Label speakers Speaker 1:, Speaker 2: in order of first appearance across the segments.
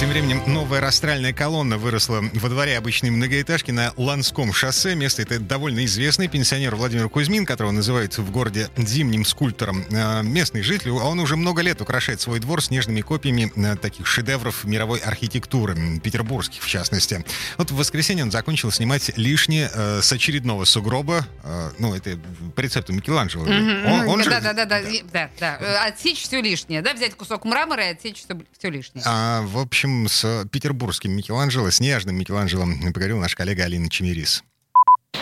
Speaker 1: Тем временем новая растральная колонна выросла во дворе обычной многоэтажки на Ланском шоссе. Место это довольно известный пенсионер Владимир Кузьмин, которого называют в городе зимним скульптором. Э, Местный житель, а он уже много лет украшает свой двор снежными копиями э, таких шедевров мировой архитектуры, м, петербургских в частности. Вот в воскресенье он закончил снимать лишнее э, с очередного сугроба. Э, ну, это по рецепту Микеланджело. Он- он же-
Speaker 2: да, да, да, да, и- да, да. Э, Отсечь все лишнее, да, взять кусок мрамора и отсечь все, лишнее.
Speaker 1: А, в общем, с э, петербургским Микеланджело, снежным Микеланджелом поговорил наш коллега Алина Чемерис.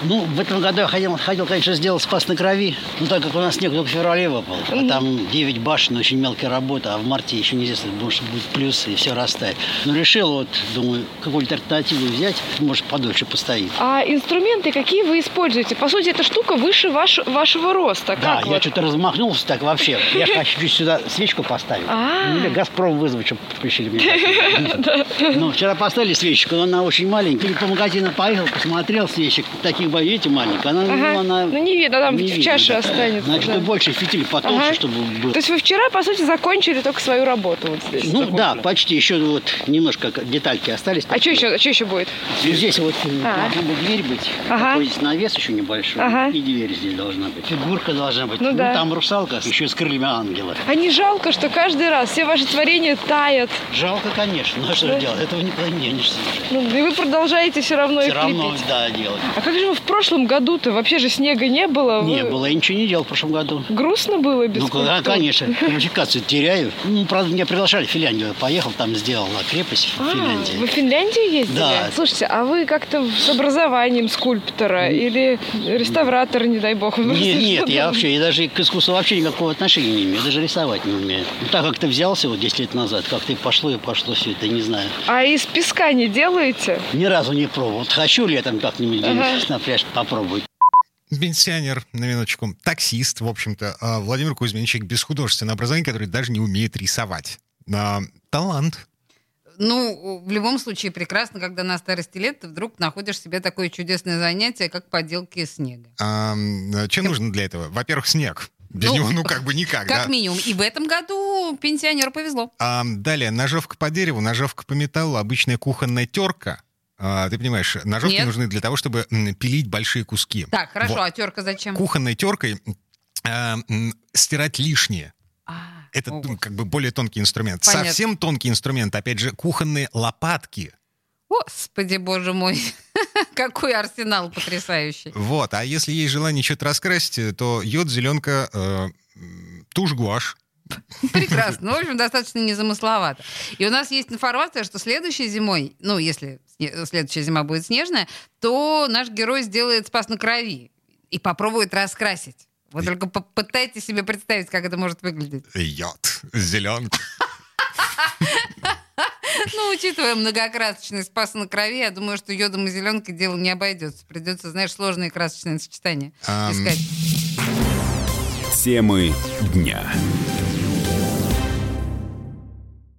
Speaker 3: Ну, в этом году я хотел, хотел, конечно, сделать «Спас на крови», но так как у нас снег только в феврале выпал, а там 9 башен, очень мелкая работа, а в марте еще неизвестно, может, будет плюс и все растает. Но решил, вот, думаю, какую-нибудь альтернативу взять, может, подольше постоит.
Speaker 4: А инструменты какие вы используете? По сути, эта штука выше ваш- вашего роста.
Speaker 3: да,
Speaker 4: как
Speaker 3: я
Speaker 4: вот?
Speaker 3: что-то размахнулся так вообще. Я же хочу сюда свечку поставить.
Speaker 4: А.
Speaker 3: Или «Газпром» вызвать, чтобы подключили меня. Ну, вчера поставили свечку, но она очень маленькая. Или по магазину поехал, посмотрел свечек. Таких, бо- видите, маленьких. Она, ну,
Speaker 4: Ага.
Speaker 3: она
Speaker 4: Ну, не видно, там
Speaker 3: не
Speaker 4: в
Speaker 3: видно,
Speaker 4: чаше
Speaker 3: да.
Speaker 4: останется.
Speaker 3: Значит,
Speaker 4: да.
Speaker 3: и больше фитиль потолще,
Speaker 4: Ага.
Speaker 3: чтобы был.
Speaker 4: То есть вы вчера, по сути, закончили только свою работу вот здесь.
Speaker 3: Ну да,
Speaker 4: закончили.
Speaker 3: почти. Еще вот немножко как- детальки остались.
Speaker 4: А что еще, а чё еще будет?
Speaker 3: Ну, здесь вот э,
Speaker 4: А.
Speaker 3: должна быть дверь быть.
Speaker 4: Ага.
Speaker 3: Такой здесь навес еще небольшой.
Speaker 4: Ага.
Speaker 3: И дверь здесь должна быть. Фигурка должна быть.
Speaker 4: Ну да.
Speaker 3: там русалка, еще с крыльями ангела.
Speaker 4: А не жалко, что каждый раз все ваши творения тают?
Speaker 3: Жалко, конечно. Ну что
Speaker 4: Да.
Speaker 3: делать? Этого никуда не денешься уже.
Speaker 4: Ну, и вы продолжаете все равно
Speaker 3: Все
Speaker 4: их
Speaker 3: равно,
Speaker 4: лепить.
Speaker 3: да, делать.
Speaker 4: А как же вы в прошлом году-то? Вообще же снега не было.
Speaker 3: Не
Speaker 4: А Вы-
Speaker 3: было, я ничего не делал в прошлом году.
Speaker 4: Грустно было без
Speaker 3: ну, да,
Speaker 4: скульптур?
Speaker 3: конечно, коммуникацию теряю. Ну, правда, меня приглашали в Финляндию. Я Поехал, там сделал крепость в
Speaker 4: А,
Speaker 3: Финляндии.
Speaker 4: Вы в Финляндию ездили?
Speaker 3: Да.
Speaker 4: Слушайте, а вы как-то в- с образованием скульптора или реставратор, не дай бог? Вы
Speaker 3: Нет,
Speaker 4: просто
Speaker 3: нет,
Speaker 4: что-то-
Speaker 3: я вообще, я даже к искусству вообще никакого отношения не имею, я даже рисовать не умею. Ну, так как ты взялся вот 10 лет назад, как ты пошло и пошло все это, не знаю.
Speaker 4: А из песка не делаете?
Speaker 3: Ни разу не пробовал. Вот хочу летом как-нибудь
Speaker 4: Ага.
Speaker 3: где-нибудь напрячь, попробовать.
Speaker 1: Пенсионер, на минуточку, таксист, в общем-то, а Владимир Кузьмин, человек без художественного образования, который даже не умеет рисовать. А, талант.
Speaker 2: Ну, в любом случае, прекрасно, когда на старости лет ты вдруг находишь себе такое чудесное занятие, как поделки снега.
Speaker 1: А, м, чем нужно для этого? Во-первых, снег. Без
Speaker 2: Ну,
Speaker 1: него, ну, как бы никак, да?
Speaker 2: Как минимум. И в этом году пенсионеру повезло.
Speaker 1: А, далее, ножовка по дереву, ножовка по металлу, обычная кухонная терка. А, ты понимаешь, ножовки
Speaker 2: Нет.
Speaker 1: нужны для того, чтобы м, пилить большие куски.
Speaker 2: Так, хорошо,
Speaker 1: Вот.
Speaker 2: а терка зачем?
Speaker 1: Кухонной теркой а, м, стирать лишнее.
Speaker 2: А,
Speaker 1: Это
Speaker 2: о,
Speaker 1: ну, как бы более тонкий инструмент.
Speaker 2: Понятно.
Speaker 1: Совсем тонкий инструмент, опять же, кухонные лопатки.
Speaker 2: Господи, боже мой, какой арсенал потрясающий.
Speaker 1: Вот. А если есть желание что-то раскрасить, э, то йод, зеленка, э, м, тушь гуашь.
Speaker 2: Прекрасно. Ну, В общем, достаточно незамысловато. И у нас есть информация, что следующей зимой, ну, если сне- следующая зима будет снежная, то наш герой сделает спас на крови и попробует раскрасить. Вы только попытайтесь себе представить, как это может выглядеть.
Speaker 1: Йод, зеленка.
Speaker 2: Ну, учитывая многокрасочный спас на крови, я думаю, что йодом и зеленкой дело не обойдется. Придется, знаешь, сложные красочные сочетания
Speaker 1: Ам.
Speaker 2: искать.
Speaker 5: Темы дня.